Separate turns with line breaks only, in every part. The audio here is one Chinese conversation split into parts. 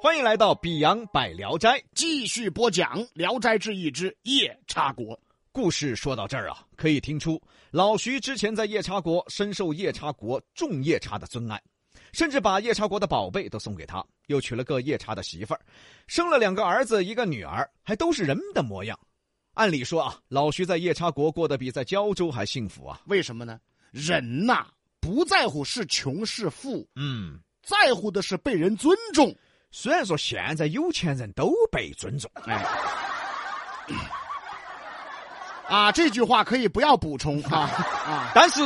欢迎来到比阳百聊斋。
继续播讲《聊斋志异之夜叉国》。
故事说到这儿啊，可以听出老徐之前在夜叉国深受夜叉国众夜叉的尊爱，甚至把夜叉国的宝贝都送给他，又娶了个夜叉的媳妇儿，生了两个儿子一个女儿，还都是人的模样。按理说啊，老徐在夜叉国过得比在胶州还幸福啊。
为什么呢？人呐、不在乎是穷是富，
嗯，
在乎的是被人尊重。
虽然说现在有钱人都被尊重，
哎，啊，这句话可以不要补充 哈啊，
但是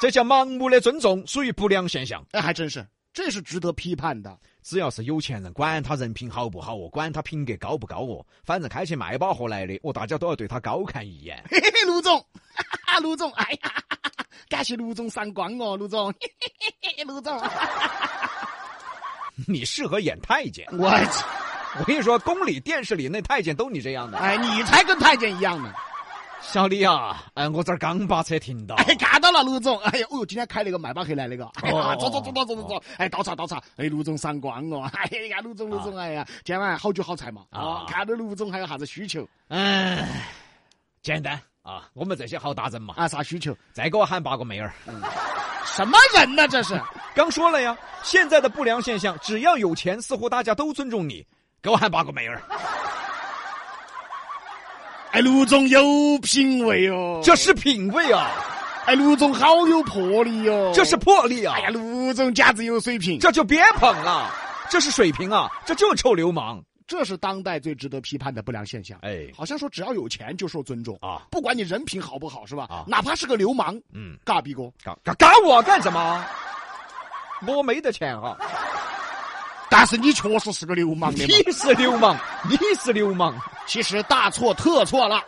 这叫盲目的尊重，属于不良现象。
哎，还真是，这是值得批判的。
只要是有钱人，管他人品好不好哦，管他品格高不高哦，反正开起卖把火来的，哦，大家都要对他高看一眼。
嘿嘿，卢总，哈哈，卢总，哎呀，感谢卢总赏光哦，卢总，嘿嘿嘿，卢总，
你适合演太监，
我去，
我跟你说，宫里电视里那太监都你这样的。
哎，你才跟太监一样呢。
小李啊，哎，我这儿刚把车停到，
哎，看到了，卢总。哎呀，哦哟，今天开了个迈巴赫来那个，哎呀，
哦
走走走走走走走，哎，倒茶倒茶，哎，卢总赏光哦， 哎呀，你看卢总卢总，哎呀，今晚好酒好菜嘛，
啊
啊，看到卢总还有啥子需求
哎，简单啊，我们这些好大人嘛，
啊？啥需求？
再给我喊八个妹儿。
什么人呢？这是？
刚说了呀，现在的不良现象，只要有钱，似乎大家都尊重你。给我喊八个妹儿，
哎，卢总有品位哦，
这是品味啊，
哎，卢总好有魄力哦，
这是魄力啊。
哎呀，卢总简直有水平，这
这就别捧了，这是水平啊，这就是臭流氓。
这是当代最值得批判的不良现象。
哎，
好像说只要有钱就受尊重
啊
不管你人品好不好是吧？
啊
哪怕是个流氓，
嗯，
嘎逼哥，
嘎嘎嘎我干什么？我没得钱啊哈、
但是你确实是个流氓的嘛。
你是流氓，你是流氓。
其实大错特错了。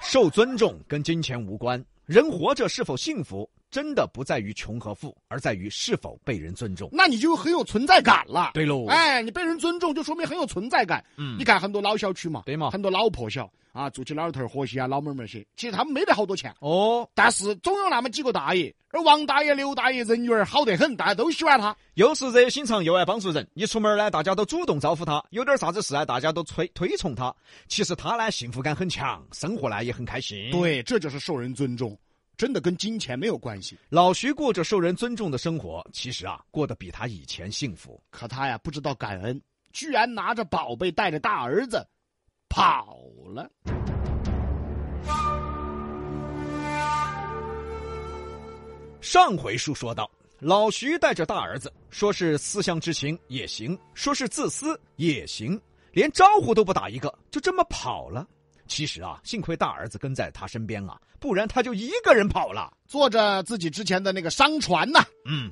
受尊重跟金钱无关，人活着是否幸福，真的不在于穷和富，而在于是否被人尊重。
那你就很有存在感了。
对喽
哎，你被人尊重，就说明很有存在感。
嗯
你看很多老小区嘛，
对嘛
很多老破小啊，住起老头儿、婆媳啊、老妹儿们些，其实他们没得好多钱，
哦，
但是总有那么几个大爷，而王大爷、刘大爷人缘儿好得很，大家都喜欢他。
又是热心肠，又爱帮助人。一出门呢，大家都主动招呼他；有点啥子事啊，大家都推推崇他。其实他呢，幸福感很强，生活呢也很开心。
对，这就是受人尊重，真的跟金钱没有关系。
老徐过着受人尊重的生活，其实啊，过得比他以前幸福。
可他呀，不知道感恩，居然拿着宝贝带着大儿子跑了。
上回书说到，老徐带着大儿子，说是思乡之情也行，说是自私也行，连招呼都不打一个，就这么跑了。其实啊，幸亏大儿子跟在他身边啊，不然他就一个人跑了。
坐着自己之前的那个商船呐、
嗯，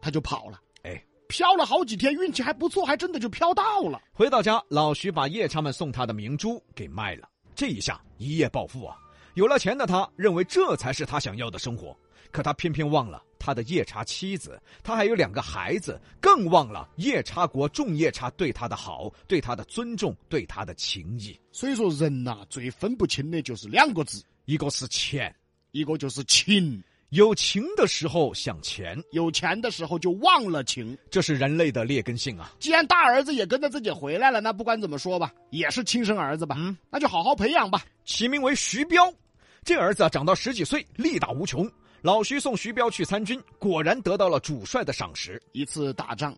他就跑了。
哎，
飘了好几天，运气还不错，还真的就飘到了。
回到家，老徐把夜叉们送他的明珠给卖了，这一下一夜暴富啊！有了钱的他认为这才是他想要的生活，可他偏偏忘了他的夜叉妻子，他还有两个孩子，更忘了夜叉国众夜叉对他的好、对他的尊重、对他的情谊。
所以说，人呐、最分不清的就是两个字，
一个是钱，
一个就是情。
有情的时候想钱，
有钱的时候就忘了情。
这是人类的劣根性啊！
既然大儿子也跟着自己回来了，那不管怎么说吧，也是亲生儿子吧，
嗯
那就好好培养吧。
起名为徐彪。这儿子啊，长到十几岁，力大无穷。老徐送徐彪去参军，果然得到了主帅的赏识。
一次打仗，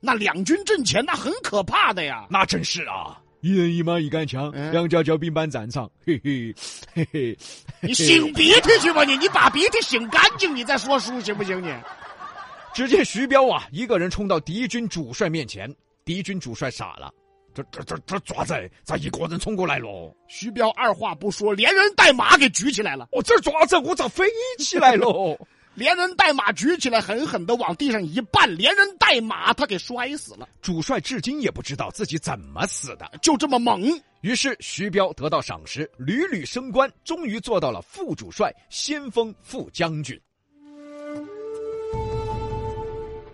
那两军阵前那很可怕 的呀。
那真是啊，一人一马一杆枪
嗯
家骄兵搬战场，嘿嘿嘿嘿。
你擤鼻涕去吧你，你把鼻涕擤干净，你再说书行不行你？
只见徐彪啊，一个人冲到敌军主帅面前，敌军主帅傻了，这这这这爪子咋一个人冲过来了？
徐彪二话不说，连人带马给举起来了，
我、哦这爪子我咋飞起来了？
连人带马举起来，狠狠的往地上一绊，连人带马他给摔死了，
主帅至今也不知道自己怎么死的。
就这么猛。
于是徐彪得到赏识，屡屡升官，终于做到了副主帅、先锋副将军。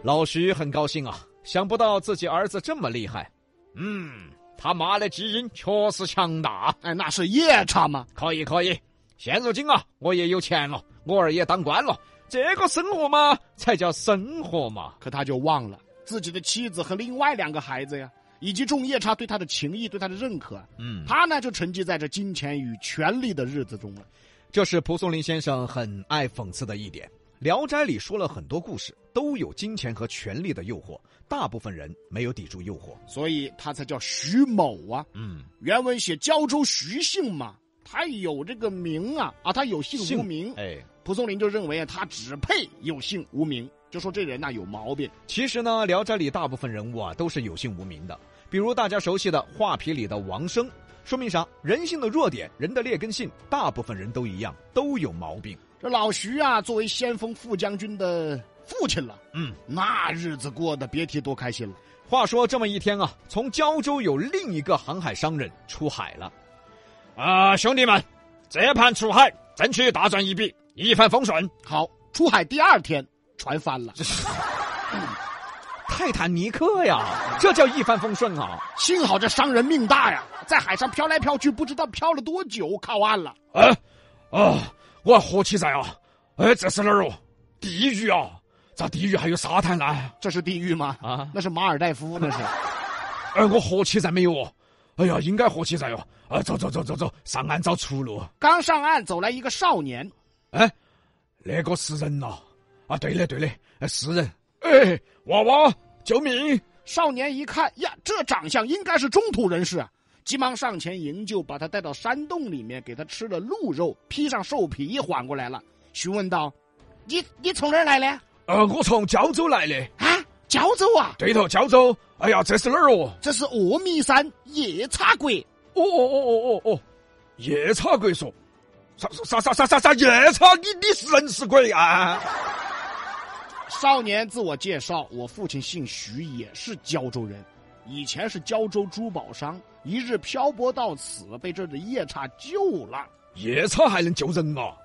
老徐很高兴啊，想不到自己儿子这么厉害。嗯，他妈的基因确实强大，
哎，那是夜叉吗？
可以可以。现如今啊，我也有钱了，我儿也当官了，这个生活嘛，才叫生活嘛。
可他就忘了自己的妻子和另外两个孩子呀，以及众夜叉对他的情谊、对他的认可，
嗯，
他呢就沉寂在这金钱与权力的日子中了。
这是蒲松龄先生很爱讽刺的一点。《聊斋》里说了很多故事，都有金钱和权力的诱惑，大部分人没有抵住诱惑。
所以他才叫徐某啊。
嗯，
原文写胶州徐姓嘛，他有这个名啊啊，他有姓无名。
哎，
蒲松龄就认为啊，他只配有姓无名，就说这人呐、有毛病。
其实呢，《聊斋》里大部分人物啊都是有姓无名的，比如大家熟悉的《画皮》里的王生，说明啥？人性的弱点，人的劣根性，大部分人都一样，都有毛病。
这老徐啊，作为先锋副将军的父亲了，
嗯，
那日子过得别提多开心了。
话说这么一天啊，从胶州有另一个航海商人出海了。啊，兄弟们，这盘出海争取大赚一笔，一帆风顺。
好，出海第二天，船翻了，
泰坦尼克呀，这叫一帆风顺啊！
幸好这商人命大呀，在海上飘来飘去，不知道飘了多久，靠岸了。
哎，啊，我火气在啊！哎，这是哪儿哦？地狱啊！咋地狱还有沙滩呢？
这是地狱吗？
啊
那是马尔代夫，那是。
哎，我火气在没有哦？哎呀，应该火气在哦！啊，走走走走走，上岸找出路。
刚上岸走来一个少年，
哎，那个是人呐、啊！对的对的，哎是人。哎，娃娃，救命！
少年一看呀，这长相应该是中途人士啊，急忙上前营救，把他带到山洞里面，给他吃了鹿肉，披上兽皮，缓过来了，询问道：“你你从哪儿来的
呃，我从胶州来的。
啊？胶州啊，
对头，胶州。哎呀，这是哪儿哦？
这是峨眉山夜叉国。
哦哦哦哦哦哦，夜叉鬼说，啥啥啥啥啥啥夜叉？你你是人是鬼啊？”
少年自我介绍：“我父亲姓徐，也是胶州人，以前是胶州珠宝商，一日漂泊到此，被这儿的夜叉救了。”
夜叉还能救人啊？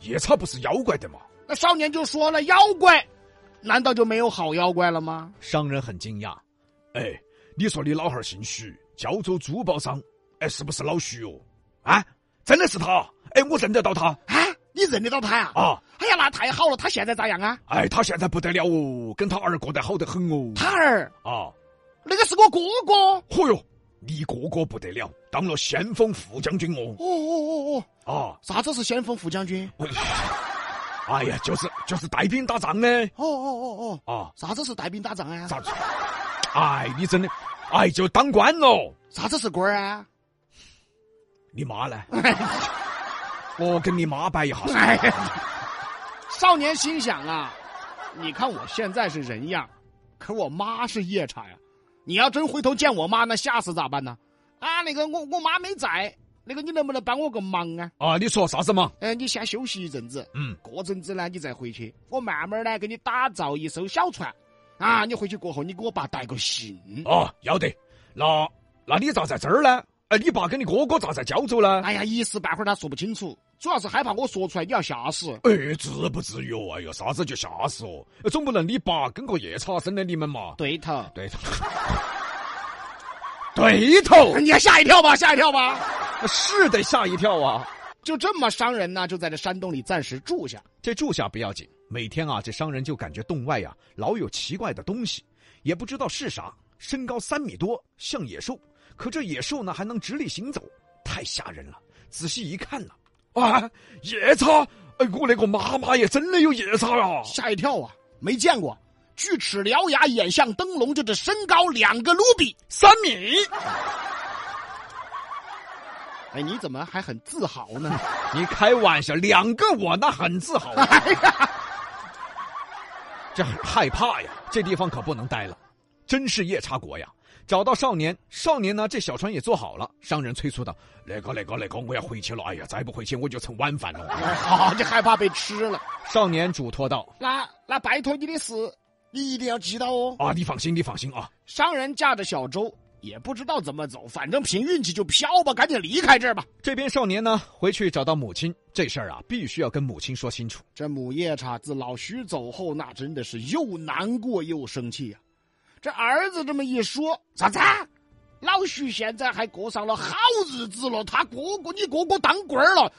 夜叉不是妖怪的吗？
那少年就说了：“妖怪，难道就没有好妖怪了吗
商人很惊讶。哎，你说你老汉儿姓徐，叫做珠宝商，哎，是不是老徐哦？啊，真的是他？哎，我认得到他？”
啊，你认得到他呀、
啊！
哎呀，那太好了，他现在咋样啊？
哎，他现在不得了哦，跟他儿过得好得很哦。
他儿，
啊，
那个是我哥哥。哦
嚯哟，你哥哥不得了，当了先锋副将军哦。
哦哦哦，
啊，
啥子是先锋副将军？
我， 哎呀，就是就是带兵打仗呢。
哦哦哦哦，
啊，
啥子是带兵打仗啊？
咋子？ 哎，你真的，哎，就当官喽。
啥子是官儿啊？
你妈 呢？我跟你妈摆一下。
哎呀，少年心想啊，你看我现在是人样，可我妈是夜叉呀。你要真回头见我妈，那吓死咋办呢？啊，那个我我妈没在，那个你能不能帮我个忙啊？
啊，你说啥子嘛？
嗯、你先休息一阵子，
嗯，
过阵子呢，你再回去，我慢慢呢给你打造一艘小船。啊，你回去过后，你给我爸带个信。
哦，要得。那那你咋在这儿呢？哎，你爸跟你哥哥咋在胶州呢？
哎呀，一时半会儿他说不清楚，主要是害怕我说出来你要吓死。
哎，至不至于哦。哎呦，啥子就吓死哦！总不能你爸跟个夜叉生的你们嘛？
对头，
对头， 对头，
你还吓一跳吧，吓一跳吧。
是得吓一跳啊！
就这么，商人呢就在这山洞里暂时住下。
这住下不要紧，每天啊，这商人就感觉洞外呀、啊老有奇怪的东西，也不知道是啥，身高三米多，像野兽，可这野兽呢还能直立行走，太吓人了。仔细一看呢、啊，夜叉！哎，我那个妈妈也真的有夜叉啊！
吓一跳啊，没见过，锯齿獠牙，眼像灯笼，就这身高两个卢比。
三米，
哎，你怎么还很自豪呢？
你开玩笑，两个我那很自豪、 啊。
哎呀，
这很害怕呀，这地方可不能待了，真是夜叉国呀！找到少年，少年呢，这小船也做好了。商人催促道：“那个，那个，那个，我要回去了！哎呀，再不回去我就成晚饭了。
好，啊就害怕被吃了。”
少年嘱托道
那那拜托你的事，你一定要记到哦：“。
啊，你放心，你放心啊！
商人驾着小舟，也不知道怎么走，反正凭运气就飘吧，赶紧离开这儿吧。
这边少年呢，回去找到母亲，这事儿啊，必须要跟母亲说清楚。
这母夜叉自老徐走后，那真的是又难过又生气呀、这儿子这么一说，啥子？老徐现在还过上了好日子了，他哥哥你哥哥当官儿了，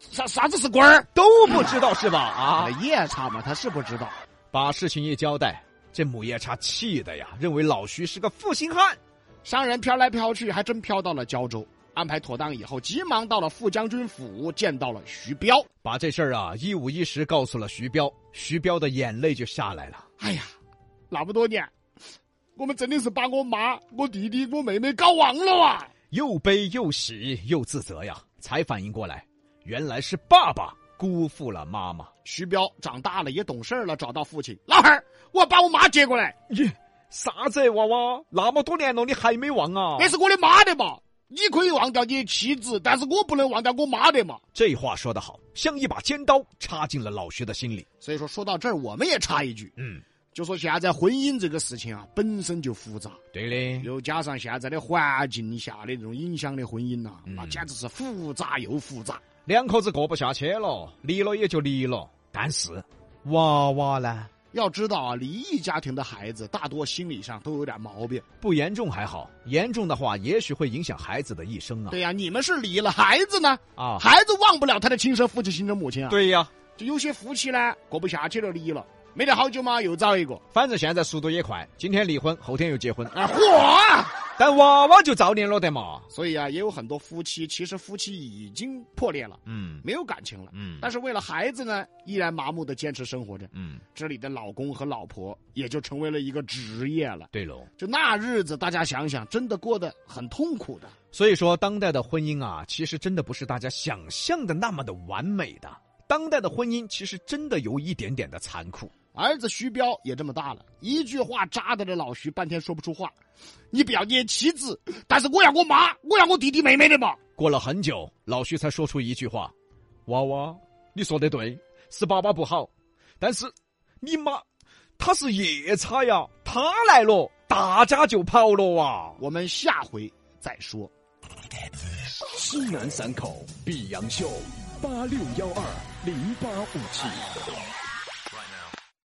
啥啥子是官儿？
都不知道是吧？啊，
那夜叉嘛，他是不知道。
把事情一交代，这母夜叉气的呀，认为老徐是个负心汉。
商人飘来飘去，还真飘到了胶州。安排妥当以后，急忙到了副将军府，见到了徐彪。
把这事儿啊一五一十告诉了徐彪，徐彪的眼泪就下来了。
哎呀，那么多年，我们真的是把我妈、我弟弟、我妹妹搞忘了啊！
又悲又喜又自责呀，才反应过来，原来是爸爸辜负了妈妈。
徐彪长大了也懂事儿了，找到父亲，老汉儿，我把我妈接过来，
耶，啥子娃娃？那么多年了，你还没忘啊
那是我的妈的嘛。你可以忘掉你的妻子，但是我不能忘掉我妈的嘛。
这话说得好，像一把尖刀插进了老徐的心里。
所以说，说到这儿，我们也插一句，
嗯，
就说现在婚姻这个事情啊，本身就复杂，
对的，
又加上现在的环境下的这种影响的婚姻呐、
嗯
那简直是复杂又复杂。
两口子过不下去了，离了也就离了。但是娃娃呢，
要知道啊，离异家庭的孩子大多心理上都有点毛病。
不严重还好，严重的话也许会影响孩子的一生啊
对呀、你们是离了，孩子呢？
啊！
孩子忘不了他的亲生父亲、亲生母亲啊。，
对呀，
就有些夫妻呢，过不下去了，离了，没得好久嘛，又找一个。
反正现在速度也快，今天离婚，后天又结婚，
啊，嚯！
但娃娃就早恋了得嘛。
所以啊，也有很多夫妻，其实夫妻已经破裂了，
嗯
没有感情了，
嗯
但是为了孩子呢，依然麻木的坚持生活着。
嗯，
这里的老公和老婆也就成为了一个职业了。
对喽。
就那日子，大家想想，真的过得很痛苦的。
所以说，当代的婚姻啊，其实真的不是大家想象的那么的完美的。当代的婚姻其实真的有一点点的残酷。
儿子徐彪也这么大了，一句话扎的这老徐半天说不出话。你不要你的妻子，但是我要我妈，我要我弟弟妹妹的嘛。
过了很久，老徐才说出一句话：“娃娃，你说的对，是爸爸不好，但是你妈她是夜叉呀，她来了，大家就跑啊了哇、
我们下回再说。
西南散口碧阳秀八六幺二零八五七。